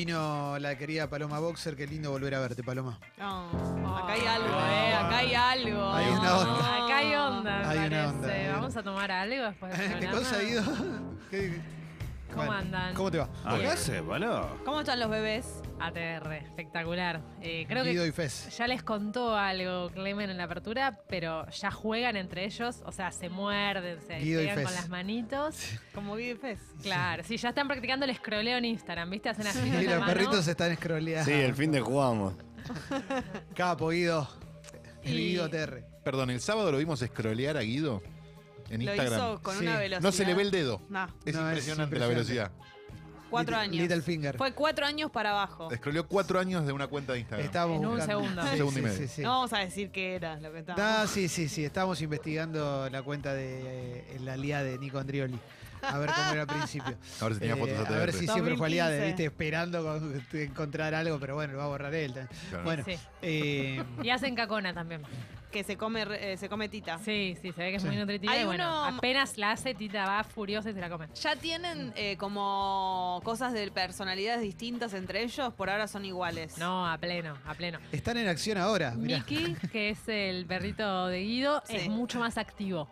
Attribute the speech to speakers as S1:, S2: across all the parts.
S1: vino la querida Paloma Boxer. Qué lindo volver a verte, Paloma.
S2: No, acá hay algo, ¿eh? Acá hay algo.
S1: Hay una onda.
S3: Acá hay onda, me
S1: Hay una
S3: parece.
S1: onda, bien.
S3: Vamos a tomar algo después del
S1: ¿Qué
S3: programa.
S1: cosa ha ido? ¿Qué-
S3: ¿Cómo andan?
S1: ¿Cómo te va?
S4: Ah,
S1: Acá
S4: ¿qué haces, boludo?
S2: ¿Cómo están los bebés?
S3: ATR, espectacular. Eh, creo
S1: Guido
S3: que
S1: y Fez.
S3: ya les contó algo Clemen en la apertura, pero ya juegan entre ellos, o sea, se muerden, se
S1: Guido y
S3: pegan con
S1: Fez.
S3: las manitos.
S2: Como Guido y Fez.
S3: Claro, sí, ya están practicando el escroleo en Instagram, ¿viste? Hacen así. con
S1: Y
S3: la
S1: los
S3: mano.
S1: perritos se están scrolleando.
S4: Sí, el fin de jugamos.
S1: Capo, Guido. El
S3: Y-
S1: Guido Terre.
S5: Perdón, el sábado lo vimos escrolear a Guido en
S2: Lo
S5: Instagram.
S2: hizo con
S1: Sí.
S2: una
S1: No
S2: velocidad.
S5: no se le ve el dedo.
S2: No,
S5: Es,
S1: No, es
S5: impresionante la velocidad.
S1: impresionante.
S2: cuatro
S1: Little-
S2: años.
S1: Little Finger.
S2: Fue cuatro años para abajo.
S5: Escroleó cuatro años de una cuenta de Instagram.
S1: Estábamos
S3: En un
S1: buscando.
S3: segundo.
S1: Sí,
S5: Un segundo y
S1: sí,
S5: medio.
S1: sí, sí.
S2: No vamos a decir qué era lo que estaba.
S1: Ah, sí, sí, sí. Estábamos investigando la cuenta de eh, la aliada de Nico Andrioli. A ver cómo era al principio.
S5: Ahora si tenía
S1: Eh,
S5: fotos
S1: a ver si
S5: ATR.
S1: siempre fue aliada,
S2: 2015.
S1: viste, esperando con- encontrar algo, pero bueno, lo va a borrar él. también.
S5: Claro.
S1: Bueno,
S3: Sí.
S1: eh,
S3: Y hacen cacona también.
S2: Que se come, re- eh, se come tita.
S3: Sí, sí, se ve que es
S1: Sí.
S3: muy nutritiva.
S2: Hay
S3: y bueno,
S2: uno-
S3: apenas la hace, Tita va furiosa y se la come.
S2: Ya tienen eh, como cosas de personalidades distintas entre ellos, por ahora son iguales.
S3: No, a pleno, a pleno.
S1: están en acción ahora. Ah, mirá.
S3: Mickey, que es el perrito de Guido,
S2: Sí.
S3: es mucho más activo.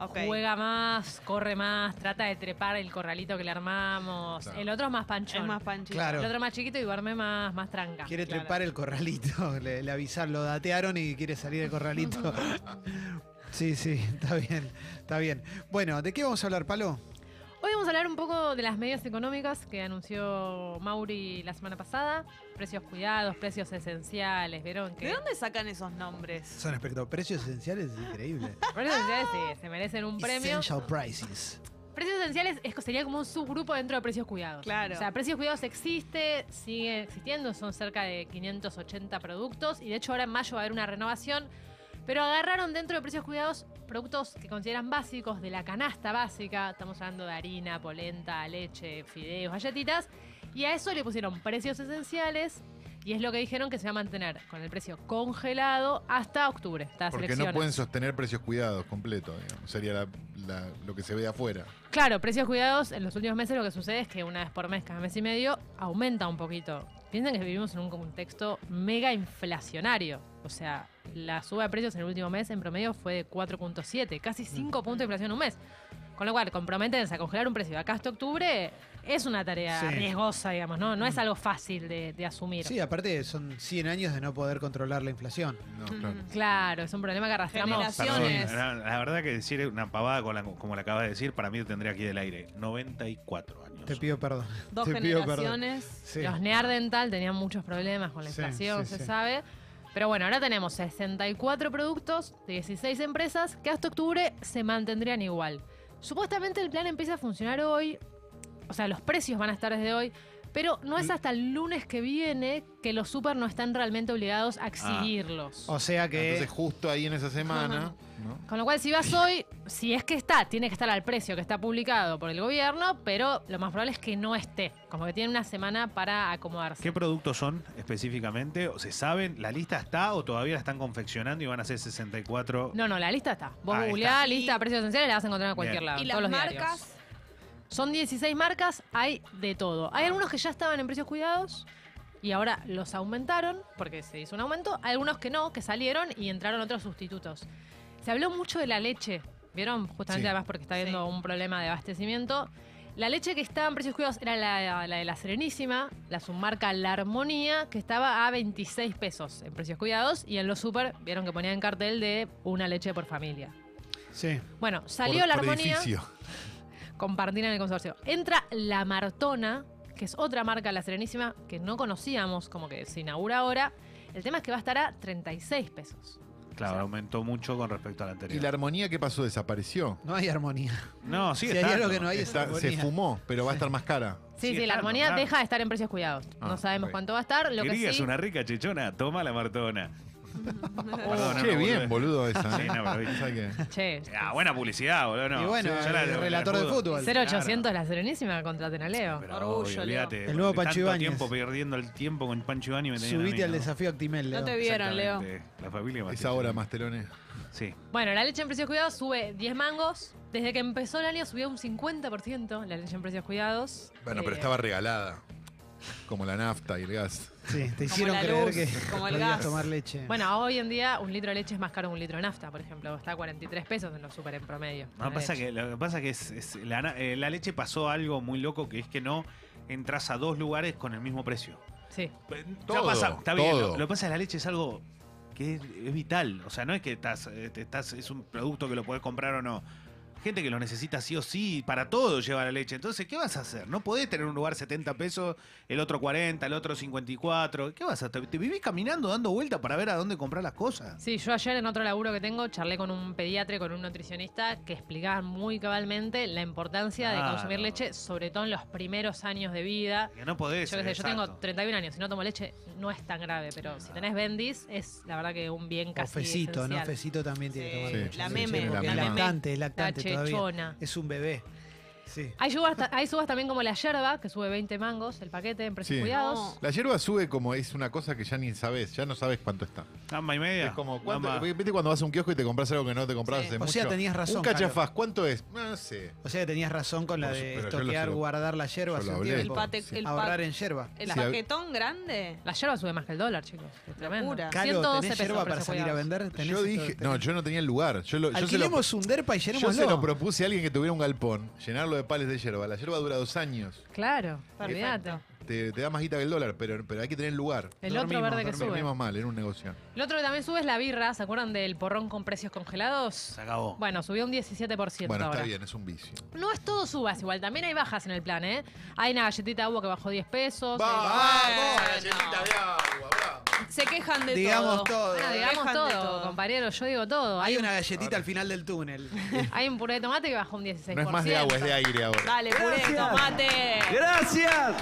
S2: Ok.
S3: Juega más, corre más, trata de trepar el corralito que le armamos.
S5: Claro.
S3: El otro es más
S2: Es
S3: panchón.
S2: más panchito.
S1: Claro.
S3: El otro más chiquito y duerme más, más tranca.
S1: Quiere
S2: Claro.
S1: trepar el corralito, le, le avisaron, lo datearon y quiere salir del corralito. Sí, sí, está bien, está bien. Bueno, ¿de qué vamos a hablar, Palo?
S3: Hoy vamos a hablar un poco de las medidas económicas que anunció Mauri la semana pasada. Precios cuidados, precios esenciales. ¿Vieron que?
S2: ¿De dónde sacan esos nombres?
S1: Son espectaculares. Precios esenciales, increíble.
S3: Precios esenciales sí, se merecen un premio.
S1: Essential prices.
S3: Precios esenciales es, sería como un subgrupo dentro de precios cuidados.
S2: Claro.
S3: O sea, precios cuidados existe, sigue existiendo, son cerca de 580 productos y de hecho ahora en mayo va a haber una renovación. Pero agarraron dentro de precios cuidados productos que consideran básicos de la canasta básica. Estamos hablando de harina, polenta, leche, fideos, galletitas. Y a eso le pusieron precios esenciales y es lo que dijeron que se va a mantener con el precio congelado hasta octubre. Estas
S5: Porque
S3: elecciones.
S5: no pueden sostener precios cuidados completo. digamos. Sería la- la- lo que se ve de afuera.
S3: Claro, precios cuidados, en los últimos meses lo que sucede es que una vez por mes, cada mes y medio, aumenta un poquito. Piensen que vivimos en un contexto mega inflacionario. O sea, la suba de precios en el último mes en promedio fue de 4.7, casi 5 puntos de inflación en un mes. Con lo cual, comprométense a congelar un precio de acá hasta octubre es una tarea
S1: Sí.
S3: riesgosa, digamos, ¿no? No es algo fácil de, de asumir.
S1: Sí, aparte son 100 años de no poder controlar la inflación.
S5: No, claro.
S3: Claro, es un problema que arrastramos.
S2: Generación. Opciones.
S4: la, la verdad que decir una pavada con la- como la acabas de decir, para mí lo tendría aquí del aire. 94 años.
S1: Te pido perdón.
S2: Dos
S1: Te pido perdón.
S2: generaciones.
S1: Sí.
S3: Los Neardental tenían muchos problemas con la
S1: Sí,
S3: inflación,
S1: sí,
S3: se
S1: sí.
S3: sabe. Pero bueno, ahora tenemos 64 productos de 16 empresas que hasta octubre se mantendrían igual. Supuestamente el plan empieza a funcionar hoy, o sea, los precios van a estar desde hoy, pero no es hasta el lunes que viene que los super no están realmente obligados a exigirlos.
S1: Ah. O sea
S4: Ah,
S1: que
S5: Entonces, justo ahí en esa semana, ¿no?
S3: Con lo cual, si vas hoy, si es que está, tiene que estar al precio que está publicado por el gobierno, pero lo más probable es que no esté. Como que tienen una semana para acomodarse.
S4: ¿Qué productos son específicamente? ¿O ¿Se saben? ¿La lista está o todavía la están confeccionando y van a ser 64?
S3: No, no, la lista está. Vos
S4: Ah,
S3: googleás
S4: está.
S3: lista de precios esenciales, la vas a encontrar en cualquier
S4: Bien.
S3: lado.
S2: Y
S3: Ah, en
S2: las
S3: todos los diarios.
S2: marcas.
S3: Son 16 marcas, hay de todo. Hay algunos que ya estaban en precios cuidados y ahora los aumentaron porque se hizo un aumento. Hay algunos que no, que salieron y entraron otros sustitutos. Se habló mucho de la leche. ¿Vieron? Justamente
S5: Sí.
S3: además porque está habiendo un problema de abastecimiento. La leche que estaba en precios cuidados era la, la de la Serenísima, la submarca La Armonía, que estaba a 26 pesos en precios cuidados y en los super vieron que ponían cartel de una leche por familia.
S1: sí.
S3: Bueno, salió
S5: Por-
S3: la
S5: por
S3: Armonía
S5: edificio.
S3: compartir en el consorcio. Entra La Martona, que es otra marca, La Serenísima, que no conocíamos, como que se inaugura ahora. El tema es que va a estar a 36 pesos.
S4: Claro, aumentó mucho con respecto a la
S5: ¿Y
S4: anterior.
S5: la armonía qué pasó? ¿Desapareció?
S1: no hay armonía.
S4: No, sigue
S1: si hay
S4: estando.
S1: algo que no hay es
S5: Está-
S1: armonía.
S5: se fumó, pero va a estar más cara.
S3: Sí, sí,
S4: Sí,
S3: la
S4: está,
S3: armonía
S4: claro.
S3: deja de estar en precios cuidados.
S5: Ah,
S3: no sabemos
S5: ok.
S3: cuánto va a estar. Lo que
S4: Querías
S3: sí,
S4: una rica chichona, toma la martona. Perdón,
S5: Qué
S4: no,
S5: bien,
S4: boludo.
S5: boludo, esa.
S4: Sí,
S5: ¿eh?
S4: no, pero viste.
S5: ¿Sabes qué?
S3: che,
S4: Ah, buena publicidad, boludo. No.
S1: y bueno,
S4: Ya la-
S1: el
S4: la-
S1: relator
S4: la
S1: de fútbol.
S3: 0800 La Serenísima contraten a Leo.
S4: Pero,
S2: Orgullo,
S4: obvio,
S2: Leo.
S4: olvídate.
S1: El nuevo
S4: Tanto
S1: Pancho Ibáñez.
S4: tiempo perdiendo el tiempo con Pancho Ibáñez me tenían a
S1: Subite
S4: mí,
S1: al
S4: ¿no?
S1: desafío Actimel, Leo.
S2: No te vieron, Leo.
S4: Exactamente. La familia
S5: Es
S4: Martínez.
S5: ahora, Mastelones.
S4: Sí.
S3: Bueno, la leche en precios cuidados sube 10 mangos. Desde que empezó el año subió un 50% la leche en precios cuidados.
S5: Bueno, pero
S3: Eh,
S5: estaba regalada. como la nafta y el gas.
S1: Sí, te
S2: Como
S1: hicieron
S2: la
S1: creer
S2: luz,
S1: que
S2: como el
S1: podías
S2: gas.
S1: tomar leche.
S3: Bueno, hoy en día un litro de leche es más caro que un litro de nafta, por ejemplo. Está a 43 pesos en los super en promedio.
S4: No,
S3: la
S4: pasa
S3: leche.
S4: que, lo que pasa que es, es- la, na- eh, la leche pasó algo muy loco que es que no entras a dos lugares con el mismo precio.
S3: Sí.
S4: Eh,
S5: Todo,
S4: ya pasa, está bien.
S5: todo.
S4: Lo, lo que pasa es que la leche es algo que es, es vital. O sea, no es que estás, eh, te estás, es un producto que lo podés comprar o no. Gente que lo necesita sí o sí, para todo lleva la leche. Entonces, ¿qué vas a hacer? No podés tener un lugar 70 pesos, el otro 40, el otro 54. ¿Qué vas a hacer? Te vivís caminando, dando vuelta para ver a dónde comprar las cosas.
S3: Sí, yo ayer en otro laburo que tengo charlé con un pediatra y con un nutricionista que explicaban muy cabalmente la importancia de
S4: Claro.
S3: consumir leche, sobre todo en los primeros años de vida.
S4: Que no podés. eh,
S3: Yo qué sé, yo tengo
S4: exacto.
S3: 31 años, si no tomo leche no es tan grave, pero si tenés bendis es la verdad que un bien
S1: O
S3: casi
S1: Fecito, Ah. ¿no?
S3: esencial.
S1: Fecito también tiene que tomar
S2: Sí,
S1: leche.
S2: la
S1: Sí,
S2: meme,
S1: porque
S5: la
S1: es
S5: meme.
S1: lactante, es
S3: La
S1: lactante todavía.
S3: chechona.
S1: Es un bebé. Sí.
S3: Hay subas, ta- hay subas también como la yerba, que sube 20 mangos el paquete en precios
S5: Sí.
S3: cuidados.
S5: La hierba sube como es una cosa que ya ni sabes, ya no sabes cuánto está.
S4: Gamba y media.
S5: Es como, ¿cuánto-
S4: Gamba.
S5: ¿viste cuando vas a un kiosco y te compras algo que no te compras
S2: Sí.
S5: hace
S1: O
S5: mucho?
S1: sea, tenías razón,
S5: Un
S1: Caro.
S5: cachafaz, ¿cuánto es? No sé.
S1: O sea que tenías razón con la
S5: Por su-
S1: de
S5: pero yo lo
S1: estoquear,
S5: sé.
S1: guardar la hierba
S5: Yo lo
S1: hace un
S5: hablé.
S1: tiempo.
S2: El pate- el
S1: Ahorrar
S2: pa-
S1: en hierba.
S2: El
S5: Sí, hab-
S2: paquetón grande.
S3: La yerba sube más que el dólar, chicos. Es tremendo.
S2: Locura.
S1: Caro, ¿tenés hierba para
S3: precios
S1: salir a
S3: cuidados.
S1: vender? ¿Tenés
S5: Yo
S1: esto?
S5: dije,
S1: ¿Tenés?
S5: no, yo no tenía el lugar. Yo, lo, yo se lo,
S1: Alquilemos un derpa y
S5: yo se lo
S1: llenémoslo.
S5: propuse a alguien que tuviera un galpón, llenarlo de pales de hierba. La hierba dura dos años.
S3: Claro,
S2: Perfecto.
S3: olvídate.
S5: Te, te da más guita que el dólar, pero, pero hay que tener lugar.
S3: El otro
S1: Dormimos,
S3: verde que
S5: Dormimos
S3: sube.
S5: mal en un negocio.
S3: El otro que también sube es la birra. ¿Se acuerdan del porrón con precios congelados?
S4: Se acabó.
S3: Bueno, subió un 17%
S5: Bueno,
S3: ahora.
S5: está bien, es un vicio.
S3: No es todo subas igual, también hay bajas en el plan, ¿eh? Hay una galletita de agua que bajó 10 pesos.
S2: ¡Vamos, galletita de
S5: agua!
S2: Se quejan de
S1: Digamos todo.
S3: Ah, digamos
S2: Dejan
S3: todo,
S2: de todo.
S3: compañero, yo digo todo. Hay,
S1: Hay una galletita al final del túnel.
S3: hay un puré de tomate que bajó un 16%.
S5: No es más de agua, es de aire ahora.
S2: Dale, puré, de
S6: Gracias.
S2: tomate.
S6: Gracias.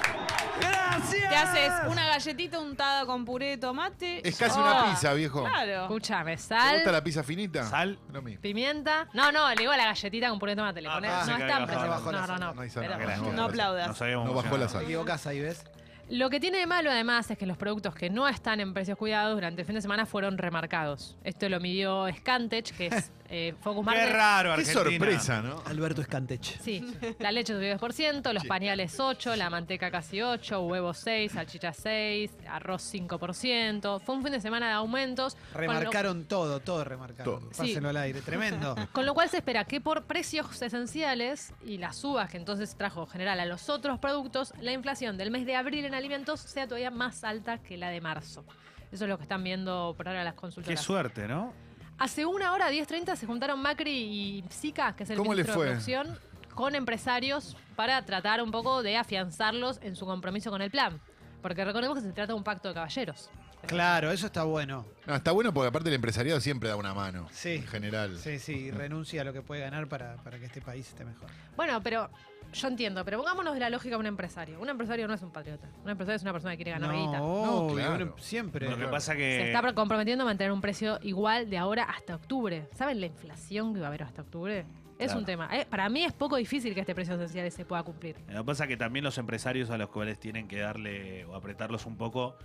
S6: Gracias.
S2: Te haces una galletita untada con puré de tomate.
S5: Es casi
S2: Oh,
S5: una pizza, viejo.
S2: Claro.
S3: Escúchame,
S5: ¿Te gusta
S3: sal,
S5: la pizza finita?
S4: Sal.
S5: Lo mismo.
S3: pimienta. No, no, le digo a la galletita con puré de tomate. Le
S4: Ah,
S3: pones,
S4: pensé
S3: no
S4: que
S3: es
S4: había
S3: tan
S4: bajado
S1: la sal.
S3: pesado. No, no, no.
S5: No hay sal,
S3: pero-
S5: no,
S4: Gracias.
S2: No aplaudas.
S4: No sabíamos
S5: No bajó
S4: cómo
S5: la
S4: se llama.
S1: Te
S5: sal.
S1: equivocás ahí, ¿ves?
S3: Lo que tiene de malo además es que los productos que no están en precios cuidados durante el fin de semana fueron remarcados. Esto lo midió Scantech, que es eh, Focus
S4: Qué
S3: Market.
S4: raro,
S5: Qué
S4: Argentina.
S5: sorpresa, ¿no?
S1: Alberto Escantech.
S3: Sí, la leche subió 10%, los
S5: Sí.
S3: pañales 8, la manteca casi 8, huevos 6, salchicha 6, arroz 5%. Fue un fin de semana de aumentos. con lo-
S1: Remarcaron todo, todo remarcaron.
S5: Todo.
S1: Pásenlo al aire, tremendo.
S3: Con lo cual se espera que por precios esenciales y las subas que entonces trajo general a los otros productos, la inflación del mes de abril en alimentos sea todavía más alta que la de marzo. Eso es lo que están viendo por ahora las
S4: Qué
S3: consultoras.
S4: suerte, ¿no?
S3: Hace una hora, 10.30, se juntaron Macri y Sica, que es el
S5: ¿Cómo le
S3: ministro
S5: fue?
S3: de Producción, con empresarios para tratar un poco de afianzarlos en su compromiso con el plan. Porque recordemos que se trata de un pacto de caballeros.
S1: Claro, eso está bueno.
S5: No, está bueno porque aparte el empresariado siempre da una mano.
S1: Sí.
S5: En general.
S1: Sí, sí, y renuncia a lo que puede ganar para, para que este país esté mejor.
S3: Bueno, pero yo entiendo, pero pongámonos de la lógica de un empresario. Un empresario no es un patriota. Un empresario es una persona que quiere ganar guita.
S1: obvio,
S5: claro.
S1: bueno, siempre.
S4: Lo que pasa
S3: Se
S4: que.
S3: está comprometiendo a mantener un precio igual de ahora hasta octubre. ¿Saben la inflación que va a haber hasta octubre? Es
S4: Claro.
S3: un tema. Eh, para mí es poco difícil que este precio esencial se pueda cumplir.
S4: Lo que pasa es que también los empresarios a los cuales tienen que darle o apretarlos un poco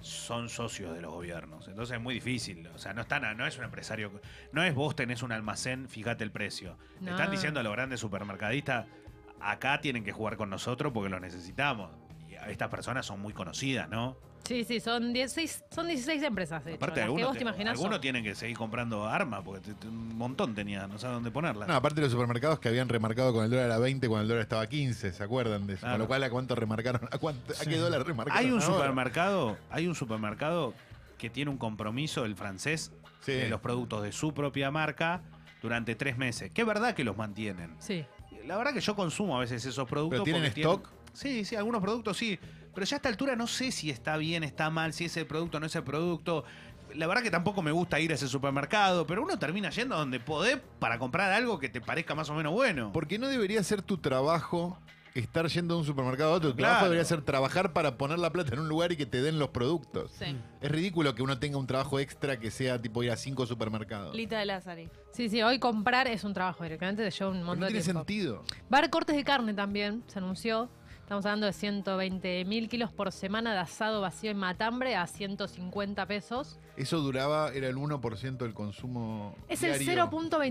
S4: son socios de los gobiernos. Entonces es muy difícil. O sea, no están, a- no es un empresario. No es vos tenés un almacén, fíjate el precio.
S3: No.
S4: Le Están diciendo a los grandes supermercadistas, acá tienen que jugar con nosotros porque los necesitamos. Y estas personas son muy conocidas, ¿no?
S3: Sí, sí, son 16, son 16 empresas. De hecho, las que
S4: algunos,
S3: vos
S4: te-
S3: te imaginás
S4: algunos
S3: son.
S4: tienen que seguir comprando armas porque te- te- un montón tenían, no saben dónde ponerlas.
S5: No, aparte los supermercados que habían remarcado con el dólar a 20 cuando el dólar estaba a 15, ¿se acuerdan de eso? Con
S4: Claro.
S5: lo cual, ¿a cuánto remarcaron? ¿A, cuánto, a qué dólar remarcaron?
S4: Hay un
S5: ahora?
S4: supermercado, hay un supermercado que tiene un compromiso el francés
S5: Sí.
S4: de los productos de su propia marca durante tres meses. Que es verdad que los mantienen.
S3: Sí.
S4: La verdad que yo consumo a veces esos productos.
S5: ¿Pero tienen
S4: porque
S5: stock?
S4: Sí, sí, algunos productos sí. Pero ya a esta altura no sé si está bien, está mal, si es el producto o no es el producto. La verdad que tampoco me gusta ir a ese supermercado, pero uno termina yendo a donde podés para comprar algo que te parezca más o menos bueno.
S5: Porque no debería ser tu trabajo estar yendo de un supermercado a otro. Tu
S4: Claro.
S5: trabajo debería ser trabajar para poner la plata en un lugar y que te den los productos.
S2: Sí.
S5: Es ridículo que uno tenga un trabajo extra que sea tipo ir a cinco supermercados.
S2: Lita de Lázari.
S3: Sí, sí, hoy comprar es un trabajo directamente, te lleva un
S5: Pero
S3: montón
S5: no
S3: de
S5: tiene
S3: tiempo.
S5: sentido.
S3: Va a haber cortes de carne también, se anunció. Estamos hablando de 120 mil kilos por semana de asado vacío en matambre a 150 pesos.
S5: Eso duraba, era el 1% del consumo.
S3: Es
S5: diario.
S3: el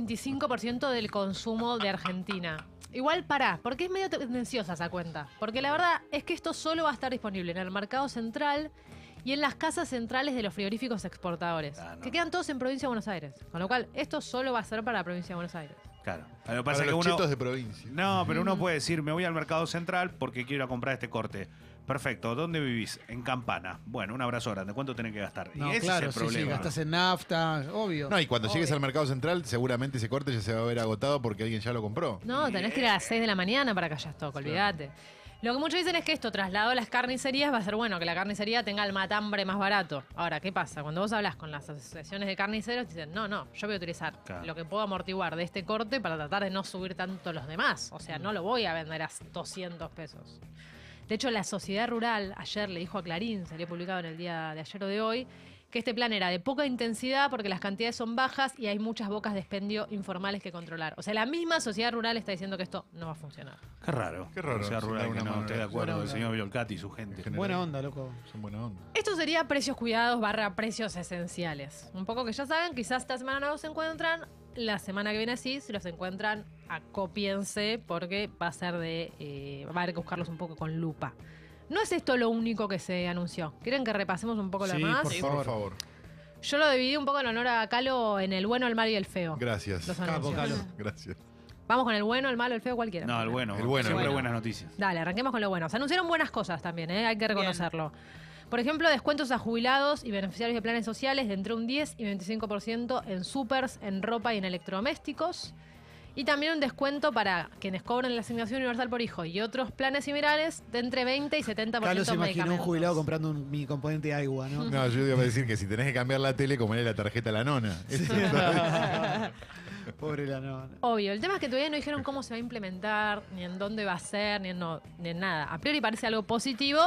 S3: 0.25% del consumo de Argentina. Igual pará, porque es medio tendenciosa esa cuenta. Porque la verdad es que esto solo va a estar disponible en el mercado central y en las casas centrales de los frigoríficos exportadores,
S4: Ah, no.
S3: que quedan todos en provincia de Buenos Aires. Con lo cual, esto solo va a ser para la provincia de Buenos Aires.
S4: Claro. Lo que
S5: Para
S4: pasa es que
S5: los
S4: uno,
S5: chetos de provincia.
S4: No, pero uno puede decir, me voy al mercado central porque quiero ir a comprar este corte. Perfecto, ¿dónde vivís? En Campana. Bueno, un abrazo grande. ¿Cuánto tenés que gastar?
S1: No,
S4: y ese
S1: claro,
S4: es el
S1: sí, sí,
S4: problema.
S1: gastás en nafta, obvio.
S5: No, y cuando llegues al mercado central, seguramente ese corte ya se va a ver agotado porque alguien ya lo compró.
S3: No, tenés que ir a las 6 de la mañana para que haya stock, olvídate. Lo que muchos dicen es que esto trasladado a las carnicerías va a ser bueno, que la carnicería tenga el matambre más barato. Ahora, ¿qué pasa? Cuando vos hablas con las asociaciones de carniceros, te dicen, no, no, yo voy a utilizar
S4: Claro.
S3: lo que puedo amortiguar de este corte para tratar de no subir tanto los demás. O sea, no lo voy a vender a 200 pesos. De hecho, la sociedad rural ayer le dijo a Clarín, salió publicado en el día de ayer o de hoy, que este plan era de poca intensidad porque las cantidades son bajas y hay muchas bocas de expendio informales que controlar. O sea, la misma sociedad rural está diciendo que esto no va a funcionar.
S4: Qué raro.
S5: Qué raro,
S4: O sea,
S5: sin
S4: rural
S5: dar
S4: que
S5: una
S4: no
S5: mano,
S4: estoy de
S5: ¿no?
S4: acuerdo
S5: Bueno,
S4: el señor Violcati y su gente.
S5: General.
S1: Buena onda, loco.
S5: Son buena onda.
S3: Esto sería precios cuidados barra precios esenciales. Un poco que ya saben, quizás esta semana no los encuentran, la semana que viene sí, si los encuentran, acópiense porque va a ser de... eh, va a haber que buscarlos un poco con lupa. No es esto lo único que se anunció. ¿Quieren que repasemos un poco lo
S1: Sí,
S3: demás?
S1: por favor.
S5: Por favor.
S3: Yo lo dividí un poco en honor a Calo en el bueno, el malo y el feo.
S5: Gracias.
S3: Los
S1: Capo,
S3: anuncios.
S1: Calo.
S5: Gracias.
S3: Vamos con el bueno, el malo, el feo, cualquiera.
S4: No, el bueno.
S5: El bueno,
S4: Siempre
S5: el bueno.
S4: buenas noticias.
S3: Dale, arranquemos con lo bueno. Se anunciaron buenas cosas también, ¿eh? hay que reconocerlo. Por ejemplo, descuentos a jubilados y beneficiarios de planes sociales de entre un 10 y 25% en supers, en ropa y en electrodomésticos. Y también un descuento para quienes cobran la asignación universal por hijo y otros planes similares de entre 20 y
S1: Carlos
S3: 70%
S1: se
S3: en
S1: imaginó un
S3: medicamentos.
S1: jubilado comprando un- mi componente de agua, ¿no?
S5: No, yo iba a decir que si tenés que cambiar la tele, como era la tarjeta a la nona. Eso está-
S1: Pobre la no.
S3: Obvio, el tema es que todavía no dijeron cómo se va a implementar, ni en dónde va a ser, ni en, no- ni en nada. A priori parece algo positivo,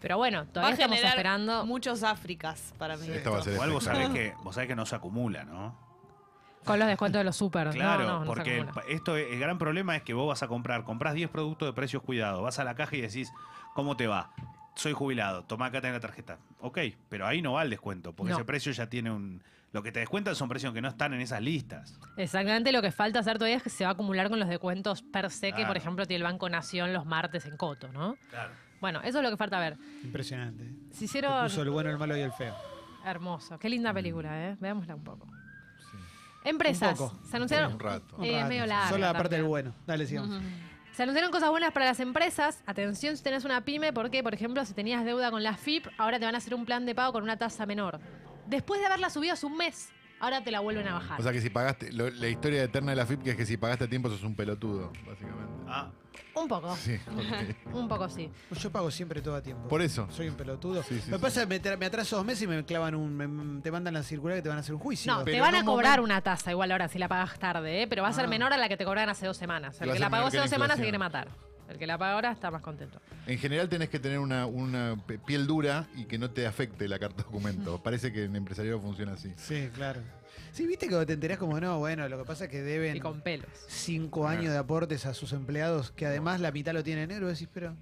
S3: pero bueno,
S2: Va a
S3: todavía estamos
S2: generar
S3: esperando.
S2: muchos Áfricas para mí.
S5: Esta va a ser
S4: Igual vos
S5: efectiva.
S4: sabés que, vos sabés que no se acumula, ¿no?
S3: Con los descuentos de los super.
S4: Claro,
S3: no, no, no se
S4: porque el
S3: acumula.
S4: pa- esto es- el gran problema es que vos vas a comprar, comprás 10 productos de precios cuidados, vas a la caja y decís, ¿cómo te va? Soy jubilado, tomá acá tenés la tarjeta. Ok, pero ahí no va el descuento, porque
S3: No.
S4: ese precio ya tiene un... Lo que te descuentan son precios que no están en esas listas.
S3: Exactamente, lo que falta hacer todavía es que se va a acumular con los descuentos per se que, por
S4: Claro.
S3: ejemplo, tiene el Banco Nación los martes en Coto, ¿no?
S4: Claro.
S3: Bueno, eso es lo que falta ver.
S1: Impresionante.
S3: Se
S1: Te
S3: hicieron...
S1: puso el bueno, el malo y el feo.
S3: eh, Hermoso. Qué linda película, ¿eh? Veámosla un poco.
S5: Sí.
S3: Empresas.
S1: Un poco.
S3: Se anunciaron...
S5: Un rato.
S1: Un
S3: Eh,
S1: rato.
S3: medio larga
S1: Solo la parte
S3: también.
S1: del bueno. Dale, sigamos.
S3: Se anunciaron cosas buenas para las empresas. Atención si tenés una pyme, porque, por ejemplo, si tenías deuda con la FIP, ahora te van a hacer un plan de pago con una tasa menor. Después de haberla subido hace un mes, ahora te la vuelven a bajar.
S5: O sea que si pagaste, lo- la historia eterna de la FIP que es que si pagaste a tiempo sos un pelotudo, básicamente.
S4: Ah,
S3: un poco,
S5: Sí, ok.
S3: un poco sí.
S1: Yo pago siempre todo a tiempo.
S5: Por eso.
S1: Soy un pelotudo.
S5: Sí, sí,
S1: Lo que
S5: sí.
S1: pasa es que me, tra- me atraso dos meses y me clavan un. me- te mandan la circular que te van a hacer un juicio.
S3: No, te
S5: Pero
S3: van a
S5: en un
S3: cobrar
S5: momento-
S3: una tasa igual ahora si la pagas tarde, ¿eh? pero va a ser
S1: Ah.
S3: menor a la que te cobraron hace dos semanas.
S5: Y
S3: El que
S5: va a ser
S3: la pagó
S5: menor
S3: hace
S5: que la
S3: dos semanas se quiere
S5: inflación.
S3: matar. El que la paga ahora está más contento.
S5: En general tenés que tener una, una pe- piel dura y que no te afecte la carta documento. Parece que en empresario funciona así.
S1: Sí, claro. Sí, viste que te enterás como no, bueno, lo que pasa es que
S3: Y
S1: deben
S3: con pelos.
S1: cinco años de aportes a sus empleados, que además la mitad lo tiene en negro, decís, pero.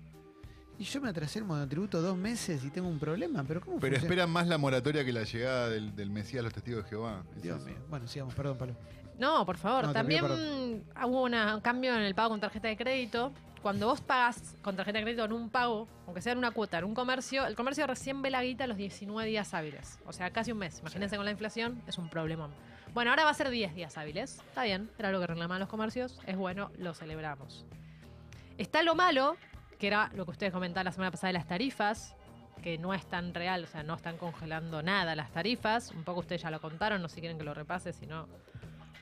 S1: Y yo me atrasé el monotributo dos meses y tengo un problema, pero ¿cómo
S5: Pero
S1: funciona?
S5: esperan más la moratoria que la llegada del, del Mesías a los testigos de Jehová. Es
S1: Dios
S5: eso.
S1: mío. Bueno, sigamos, perdón, Pablo.
S3: No, por favor.
S1: No, te
S3: También
S1: pido
S3: mm, hubo una- un cambio en el pago con tarjeta de crédito. Cuando vos pagas con tarjeta de crédito en un pago, aunque sea en una cuota, en un comercio, el comercio recién ve la guita a los 19 días hábiles. O sea, casi un mes. Imagínense con la inflación, es un problemón. Bueno, ahora va a ser 10 días hábiles. Está bien, era lo que reclamaban los comercios. Es bueno, lo celebramos. Está lo malo, que era lo que ustedes comentaban la semana pasada de las tarifas, que no es tan real, o sea, no están congelando nada las tarifas. Un poco ustedes ya lo contaron, no sé si quieren que lo repase, si no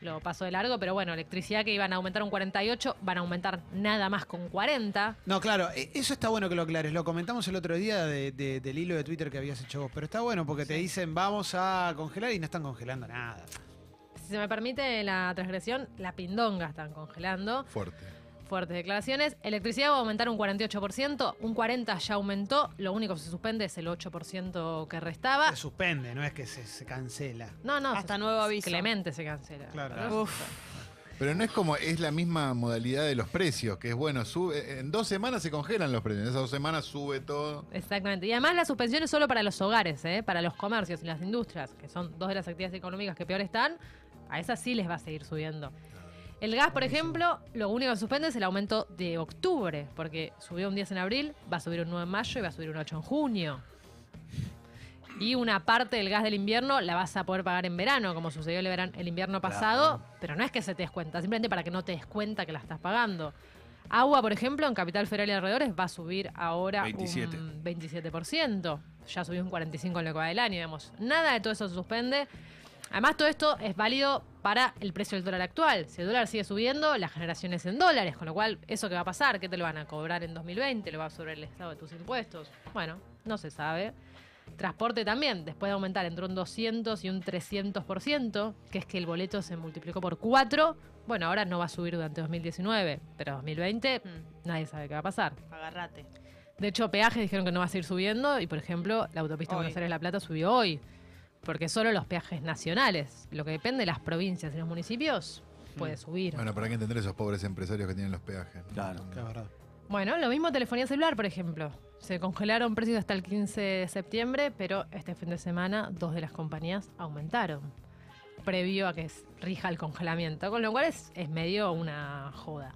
S3: lo paso de largo, pero bueno, electricidad que iban a aumentar un 48, van a aumentar nada más con 40.
S1: No, claro, e- eso está bueno que lo aclares. Lo comentamos el otro día de- de- del hilo de Twitter que habías hecho vos, pero está bueno porque te dicen vamos a congelar y no están congelando nada.
S3: Si se me permite la transgresión, la pindonga están congelando.
S5: Fuerte.
S3: Fuertes declaraciones. Electricidad va a aumentar un 48%, un 40% ya aumentó, lo único que se suspende es el 8% que restaba.
S1: Se suspende, no es que se, se cancela.
S3: No, no,
S2: Hasta
S3: se-
S2: nuevo aviso.
S3: Clemente se cancela.
S1: Claro.
S3: Pero-
S2: Uf.
S5: Pero no es como, es la misma modalidad de los precios, que es bueno, sube, eh, en dos semanas se congelan los precios, en esas dos semanas sube todo.
S3: Exactamente. Y además la suspensión es solo para los hogares, ¿eh? para los comercios y las industrias, que son dos de las actividades económicas que peor están, a esas sí les va a seguir subiendo. El gas, por ejemplo, lo único que suspende es el aumento de octubre, porque subió un 10 en abril, va a subir un 9 en mayo y va a subir un 8 en junio. Y una parte del gas del invierno la vas a poder pagar en verano, como sucedió el, verano, el invierno pasado, pero no es que se te des cuenta, simplemente para que no te des cuenta que la estás pagando. Agua, por ejemplo, en Capital Federal y alrededores va a subir ahora
S4: 27.
S3: un 27%. Ya subió un 45% en lo que va del año, digamos. Nada de todo eso se suspende. Además, todo esto es válido para el precio del dólar actual. Si el dólar sigue subiendo, la generación es en dólares, con lo cual, ¿eso qué va a pasar? ¿Qué te lo van a cobrar en 2020? ¿Lo va a absorber el Estado de tus impuestos? Bueno, no se sabe. Transporte también, después de aumentar entre un 200 y un 300%, que es que el boleto se multiplicó por 4. Bueno, ahora no va a subir durante 2019, pero 2020
S2: Mm.
S3: nadie sabe qué va a pasar.
S2: Agarrate.
S3: De hecho, peajes dijeron que no va a seguir subiendo y, por ejemplo, la autopista
S2: Hoy.
S3: Buenos Aires-La Plata subió hoy, porque solo los peajes nacionales, lo que depende de las provincias y los municipios,
S2: Mm.
S3: puede subir.
S5: Bueno, para qué entender esos pobres empresarios que tienen los peajes. ¿no?
S4: Claro.
S1: La verdad.
S3: Bueno, lo mismo telefonía celular, por ejemplo. Se congelaron precios hasta el 15 de septiembre, pero este fin de semana dos de las compañías aumentaron, previo a que s- rija el congelamiento, con lo cual es, es medio una joda.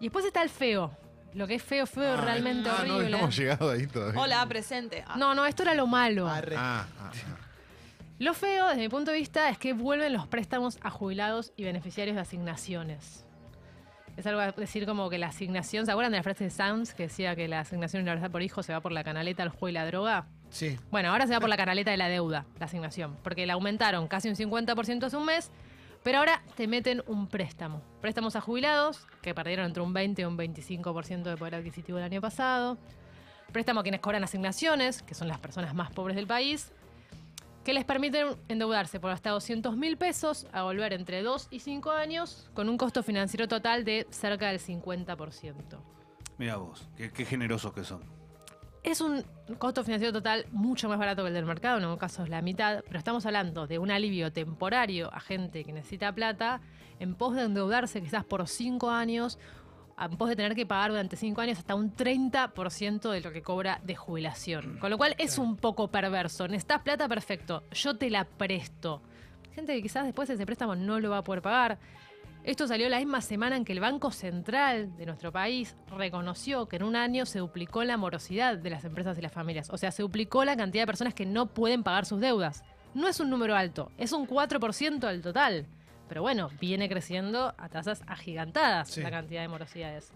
S3: Y después está el feo, lo que es feo, feo,
S5: Ah,
S3: realmente
S5: ah,
S3: horrible.
S5: No, no hemos llegado ahí todavía.
S2: Hola, presente. Ah,
S3: No, no, esto era lo malo.
S1: Arre.
S5: Ah, ah, ah.
S3: Lo feo, desde mi punto de vista, es que vuelven los préstamos a jubilados y beneficiarios de asignaciones. Es algo a decir como que la asignación, ¿se acuerdan de la frase de Sams que decía que la asignación universal por hijo se va por la canaleta al juego y la droga?
S1: Sí.
S3: Bueno, ahora se va por la canaleta de la deuda, la asignación, porque la aumentaron casi un 50% hace un mes, pero ahora te meten un préstamo. Préstamos a jubilados, que perdieron entre un 20 y un 25% de poder adquisitivo el año pasado. Préstamo a quienes cobran asignaciones, que son las personas más pobres del país, que les permiten endeudarse por hasta 200 mil pesos a volver entre 2 y 5 años, con un costo financiero total de cerca del 50%.
S4: Mira vos, qué, qué generosos que son.
S3: Es un costo financiero total mucho más barato que el del mercado, en algún caso es la mitad, pero estamos hablando de un alivio temporario a gente que necesita plata en pos de endeudarse quizás por cinco años, en pos de tener que pagar durante cinco años hasta un 30% de lo que cobra de jubilación. Con lo cual es un poco perverso. Necesitas plata, perfecto, yo te la presto. Gente que quizás después ese préstamo no lo va a poder pagar. Esto salió la misma semana en que el Banco Central de nuestro país reconoció que en un año se duplicó la morosidad de las empresas y las familias. O sea, se duplicó la cantidad de personas que no pueden pagar sus deudas. No es un número alto, es un 4% del total. Pero bueno, viene creciendo a tasas agigantadas
S1: Sí.
S3: la cantidad de morosidades.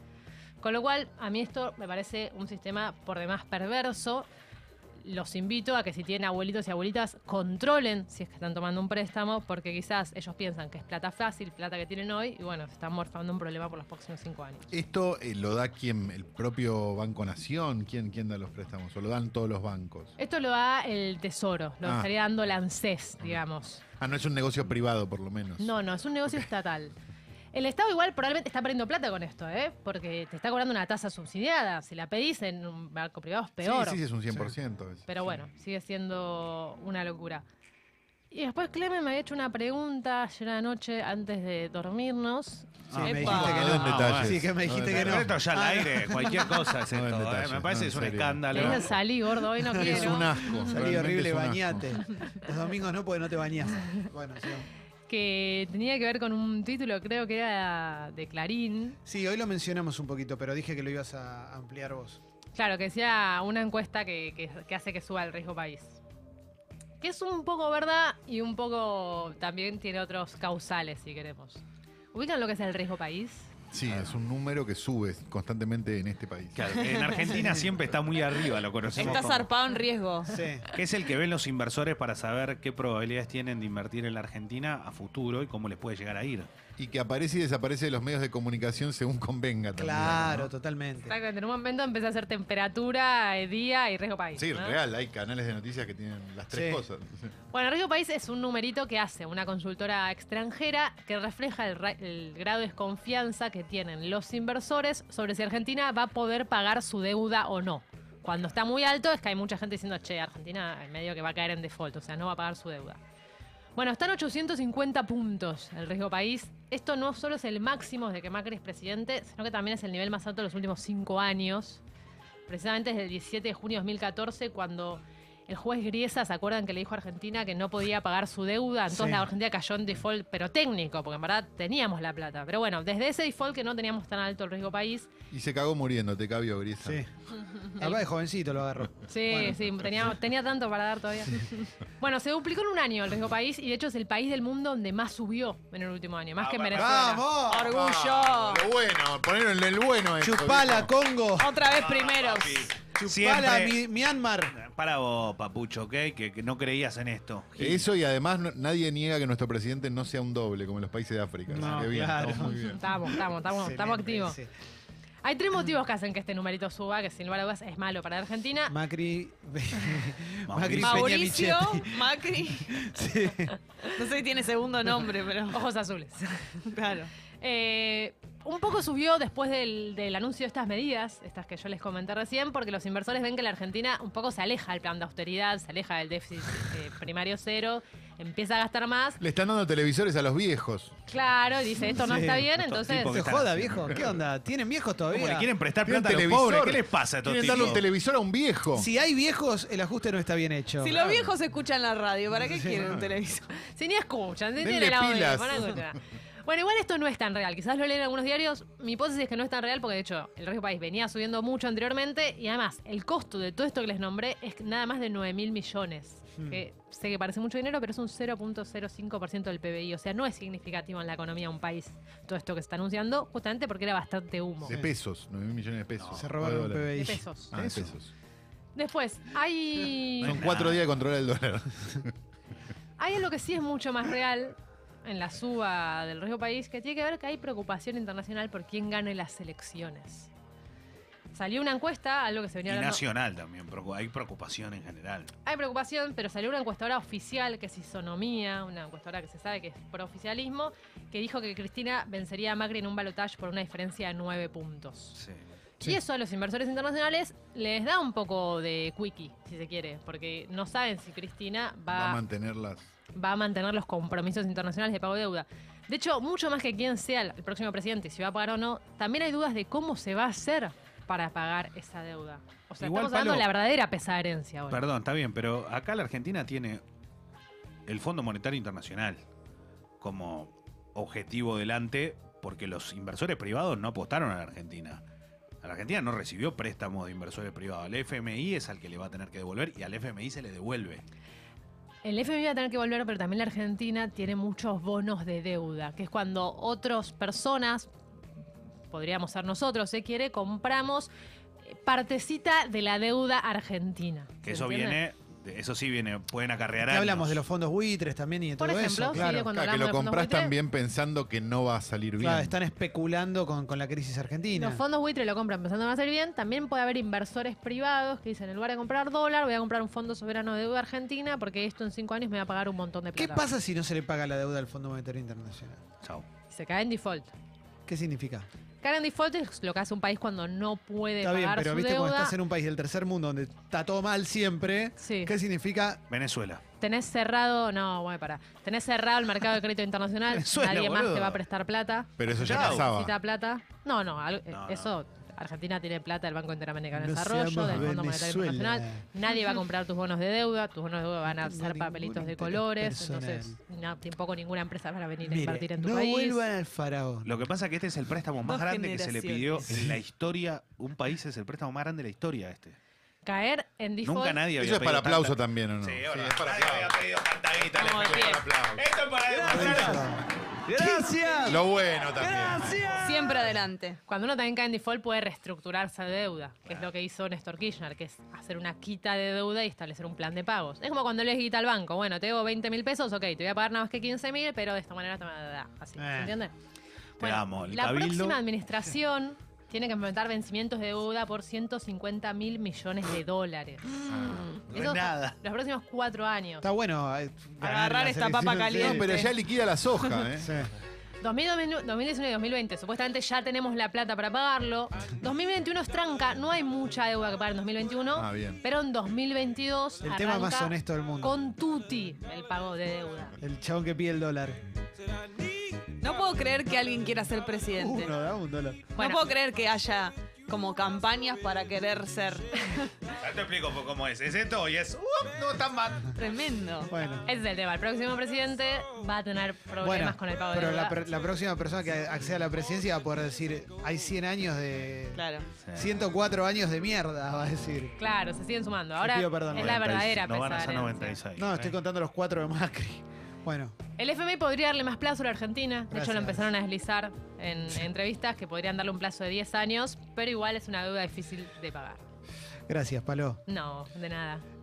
S3: Con lo cual, a mí esto me parece un sistema por demás perverso. Los invito a que si tienen abuelitos y abuelitas, controlen si es que están tomando un préstamo, porque quizás ellos piensan que es plata fácil, plata que tienen hoy, y bueno, se están morfando un problema por los próximos cinco años.
S5: ¿Esto eh, lo da quién? ¿El propio Banco Nación? ¿Quién, ¿Quién da los préstamos? ¿O lo dan todos los bancos?
S3: Esto lo da el Tesoro, lo
S5: Ah.
S3: estaría dando la ANSES, digamos.
S5: Ah, no es un negocio privado, por lo menos.
S3: No, no, es un negocio estatal. El Estado igual probablemente está perdiendo plata con esto, ¿eh? Porque te está cobrando una tasa subsidiada. Si la pedís en un banco privado es peor.
S5: Sí, sí, sí, es un 100%. es.
S3: Pero bueno, sigue siendo una locura. Y después Clemen me había hecho una pregunta ayer anoche antes de dormirnos.
S5: Ah,
S1: Sí, me
S2: Epa.
S1: dijiste que
S5: No den
S1: no.
S5: detalles.
S1: Sí, que me dijiste
S5: No
S1: que
S5: den
S1: no.
S5: detalles.
S4: Esto ya al
S1: Ah,
S4: aire, cualquier cosa es
S5: No, en
S4: esto. ¿eh?
S5: detalle,
S4: Me parece
S5: no,
S4: que
S5: en
S4: es un
S5: serio.
S4: escándalo.
S3: Le dije, salí gordo, hoy no quiero.
S5: Es un asco.
S1: Salí
S5: realmente
S1: horrible,
S5: es un asco.
S1: bañate. Los domingos no porque no te bañás. Bueno, sí.
S3: Que tenía que ver con un título, creo que era de Clarín.
S1: Sí, hoy lo mencionamos un poquito, pero dije que lo ibas a ampliar vos.
S3: Claro, que decía una encuesta que, que- que hace que suba el riesgo país. Que es un poco verdad y un poco también tiene otros causales, si queremos. ¿Ubican lo que es el riesgo país?
S5: Sí, es un número que sube constantemente en este país.
S4: Claro, en Argentina siempre está muy arriba, lo conocemos.
S2: Está
S4: como-
S2: zarpado en riesgo.
S1: Sí.
S4: que es el que ven los inversores para saber qué probabilidades tienen de invertir en la Argentina a futuro y cómo les puede llegar a ir.
S5: Y que aparece y desaparece de los medios de comunicación según convenga también.
S1: Claro,
S5: ¿no?
S1: totalmente.
S3: Exactamente, en un momento empecé a hacer temperatura, eh, día y riesgo país.
S5: Sí,
S3: ¿no?
S5: real, hay canales de noticias que tienen las tres
S1: Sí.
S5: cosas.
S3: Bueno, riesgo país es un numerito que hace una consultora extranjera que refleja el, ra- el grado de desconfianza que tienen los inversores sobre si Argentina va a poder pagar su deuda o no. Cuando está muy alto es que hay mucha gente diciendo, che, Argentina en medio que va a caer en default, o sea, no va a pagar su deuda. Bueno, están 850 puntos el riesgo país. Esto no solo es el máximo desde que Macri es presidente, sino que también es el nivel más alto de los últimos cinco años. Precisamente desde el 17 de junio de 2014, cuando el juez Griesa, ¿se acuerdan que le dijo a Argentina que no podía pagar su deuda? Entonces
S1: Sí.
S3: la Argentina cayó en default, pero técnico, porque en verdad teníamos la plata. Pero bueno, desde ese default que no teníamos tan alto el riesgo país,
S5: Y se cagó muriendo, te cabió, Grisa.
S1: Sí. Capaz de jovencito lo agarró.
S3: Sí,
S1: Bueno.
S3: sí, tenía, tenía tanto para dar todavía. Bueno, se duplicó en un año el riesgo país y de hecho es el país del mundo donde más subió en el último año, más que en Venezuela.
S1: ¡Vamos!
S2: Orgullo.
S5: Ah, Lo bueno, ponerlo en el bueno. esto,
S1: Chupala,
S5: viejo.
S1: Congo.
S2: Otra vez primeros.
S1: Chupala,
S4: Siempre.
S1: Mi- Myanmar.
S4: Para vos, papucho, ¿ok? Que, que no creías en esto.
S5: Eso y además no- nadie niega que nuestro presidente no sea un doble como en los países de África. así
S1: No,
S5: que bien,
S1: claro.
S5: estamos muy bien.
S3: Estamos, estamos, estamos, estamos
S1: Excelente,
S3: activos.
S1: sí.
S3: Hay tres motivos que hacen que este numerito suba, que sin lugar a dudas es malo para Argentina.
S1: Macri. Macri Peña
S2: Mauricio,
S1: Michetti.
S2: Macri.
S1: Sí.
S2: No sé si tiene segundo nombre, pero.
S3: Ojos azules.
S2: Claro.
S3: Eh, un poco subió después del, del anuncio de estas medidas, estas que yo les comenté recién, porque los inversores ven que la Argentina un poco se aleja del plan de austeridad, se aleja del déficit eh, primario cero, empieza a gastar más.
S5: Le están dando televisores a los viejos.
S3: Claro, y dice, esto no
S1: Sí,
S3: está bien,
S4: estos
S3: entonces...
S4: tipos
S1: Se
S4: que
S1: joda, viejo. ¿Qué onda? ¿Tienen viejos todavía?
S4: Como le quieren prestar
S5: Tienen
S4: plata a los
S5: televisor.
S4: pobres. ¿Qué les pasa a estos
S5: Quieren darle un
S4: tipos?
S5: televisor a un viejo.
S1: Si hay viejos, el ajuste no está bien hecho.
S2: Si los viejos escuchan la radio, ¿para qué quieren un televisor?
S3: Si ni escuchan, si
S5: Denle
S3: tienen la
S5: pilas.
S3: Bueno, igual esto no es tan real. Quizás lo leen en algunos diarios. Mi hipótesis es que no es tan real porque, de hecho, el riesgo país venía subiendo mucho anteriormente. Y además, el costo de todo esto que les nombré es nada más de 9 mil millones. Que sé que parece mucho dinero, pero es un 0.05% del PBI. O sea, no es significativo en la economía de un país todo esto que se está anunciando, justamente porque era bastante humo.
S5: De pesos, 9 mil millones de pesos.
S1: Se robaron un
S5: Dólares.
S1: PBI.
S3: De pesos.
S5: Ah, de pesos.
S3: Después, hay.
S5: Son
S4: nada.
S5: cuatro días de controlar el dólar.
S3: Hay algo que sí es mucho más real en la suba del riesgo país que tiene que ver que hay preocupación internacional por quién gane las elecciones. Salió una encuesta, algo que se
S4: Y
S3: venía hablando.
S4: nacional también. preocu- Hay preocupación en general.
S3: Hay preocupación, pero salió una encuestadora oficial que es Isonomía, una encuestadora que se sabe que es por oficialismo, que dijo que Cristina vencería a Macri en un balotaje por una diferencia de nueve puntos.
S4: Sí.
S1: Sí.
S3: Y eso a los inversores internacionales les da un poco de quickie, si se quiere, porque no saben si Cristina
S5: Va a
S3: va
S5: mantenerlas.
S3: va a mantener los compromisos internacionales de pago de deuda. De hecho, mucho más que quién sea el próximo presidente, si va a pagar o no, también hay dudas de cómo se va a hacer para pagar esa deuda. O sea,
S4: Igual,
S3: estamos hablando de
S4: Palo-
S3: la verdadera pesaderencia ahora.
S4: Perdón, está bien, pero acá la Argentina tiene el Fondo Monetario Internacional como objetivo delante porque los inversores privados no apostaron a la Argentina. A la Argentina no recibió préstamos de inversores privados. Al FMI es al que le va a tener que devolver y al FMI se le devuelve.
S3: El FMI va a tener que volver, pero también la Argentina tiene muchos bonos de deuda, que es cuando otras personas, podríamos ser nosotros, se quiere, compramos eh, partecita de la deuda argentina.
S4: Que
S3: ¿Se
S4: eso
S3: entiende?
S4: viene, de- eso sí viene, pueden acarrear
S1: Que hablamos
S4: años.
S1: de los fondos buitres también y de
S3: Por
S1: todo
S3: ejemplo,
S1: eso.
S3: sí,
S1: Claro.
S3: de cuando
S5: Claro, Ah, que
S3: hablamos
S5: lo
S3: de fondos
S5: compras
S3: buitres,
S5: también pensando que no va a salir bien.
S1: Claro, están especulando con, con la crisis argentina.
S3: Los fondos buitre lo compran pensando que va a ser bien. También puede haber inversores privados que dicen, en lugar de comprar dólar, voy a comprar un fondo soberano de deuda argentina porque esto en cinco años me va a pagar un montón de
S1: ¿Qué
S3: plata.
S1: pasa si no se le paga la deuda al Fondo Monetario Internacional?
S4: Chau.
S3: Se cae en default.
S1: ¿Qué significa?
S3: Caer en default es lo que hace un país cuando no puede
S1: Está bien,
S3: pagar
S1: pero
S3: su
S1: viste cuando
S3: deuda.
S1: estás en un país del tercer mundo donde está todo mal siempre,
S3: Sí.
S1: ¿qué significa?
S4: Venezuela.
S3: Tenés cerrado, no, bueno, para. Tenés cerrado el mercado de crédito internacional,
S4: Venezuela,
S3: nadie más te
S4: boludo.
S3: va a prestar plata.
S5: Pero eso ya
S4: Chao.
S5: pasaba.
S3: Necesita plata. No, no, al-
S4: No,
S3: eso Argentina tiene plata del Banco Interamericano de
S1: No
S3: Desarrollo,
S1: seamos
S3: del Fondo Monetario
S1: Venezuela.
S3: Internacional. Nadie va a comprar tus bonos de deuda, tus bonos de deuda van a
S1: No tengo
S3: ser
S1: ningún
S3: papelitos de
S1: interés
S3: colores,
S1: personal.
S3: entonces no, tampoco ninguna empresa va a venir a
S1: Mire,
S3: invertir en tu
S1: no
S3: país.
S1: vuelvan al faraón.
S4: Lo que pasa es que este es el préstamo más
S2: Dos
S4: grande que se le pidió
S2: generaciones.
S4: en la historia. Un país es el préstamo más grande de la historia este.
S3: Caer en default.
S4: Nunca nadie había
S5: Eso es
S4: pedido
S5: para
S4: tanta-
S5: aplauso también, ¿o no?
S4: Sí, es verdad.
S5: para
S4: Nadie
S5: aplauso.
S4: había pedido tanta guita, le
S3: Vamos de
S4: pedí
S3: pie.
S4: un aplauso. Esto es para demostrar-
S6: Gracias.
S5: Lo bueno también.
S6: Gracias.
S2: Siempre adelante.
S3: Cuando uno también cae en default puede reestructurar esa deuda, que es lo que hizo Néstor Kirchner, que es hacer una quita de deuda y establecer un plan de pagos. Es como cuando le quita al banco, bueno, te debo 20 mil pesos, ok, te voy a pagar nada más que 15 mil, pero de esta manera te voy a dar así,
S1: Eh.
S3: ¿se entiende?
S4: amo, el
S3: la
S4: cabildo.
S3: próxima administración tiene que implementar vencimientos de deuda por 150 mil millones de dólares.
S4: Ah,
S3: Mm.
S4: No es nada.
S3: Los próximos cuatro años.
S1: Está bueno eh, ganar
S2: Agarrar
S1: las
S2: esta papa
S1: elecciones,
S5: No,
S2: caliente.
S5: pero ya liquida la soja, ¿eh?
S1: sí. Sí.
S3: 2019 2019 y 2020, supuestamente ya tenemos la plata para pagarlo.
S4: Ah.
S3: 2021 es tranca, no hay mucha deuda que pagar en 2021.
S5: Ah, bien.
S3: Pero en 2022
S1: El tema más
S3: arranca
S1: honesto del mundo.
S3: con tutti el pago de deuda.
S1: El chabón que pide el dólar.
S2: No puedo creer que alguien quiera ser presidente.
S1: Uno, da un dólar.
S2: No
S3: Bueno.
S2: puedo creer que haya como campañas para querer ser.
S4: Ya te explico cómo es. ¿Es esto y es. uh, no, tan mal.
S2: Tremendo.
S1: Bueno.
S3: Ese es el tema. El próximo presidente va a tener problemas
S1: Bueno,
S3: con el pago de
S1: pero
S3: deuda.
S1: la, per- la próxima persona que acceda a la presidencia va a poder decir, hay 100 años de...
S2: Claro.
S1: 104 años de mierda, va a decir.
S3: Claro, se siguen sumando. Ahora
S1: pido perdón.
S3: es la verdadera
S4: No van a ser
S3: pesadera.
S4: 96.
S1: No, estoy contando los cuatro de Macri. Bueno,
S3: El FMI podría darle más plazo a la Argentina. De hecho,
S1: Gracias.
S3: lo empezaron a deslizar en en entrevistas que podrían darle un plazo de 10 años, pero igual es una deuda difícil de pagar.
S1: gracias, Palo.
S3: No, de nada.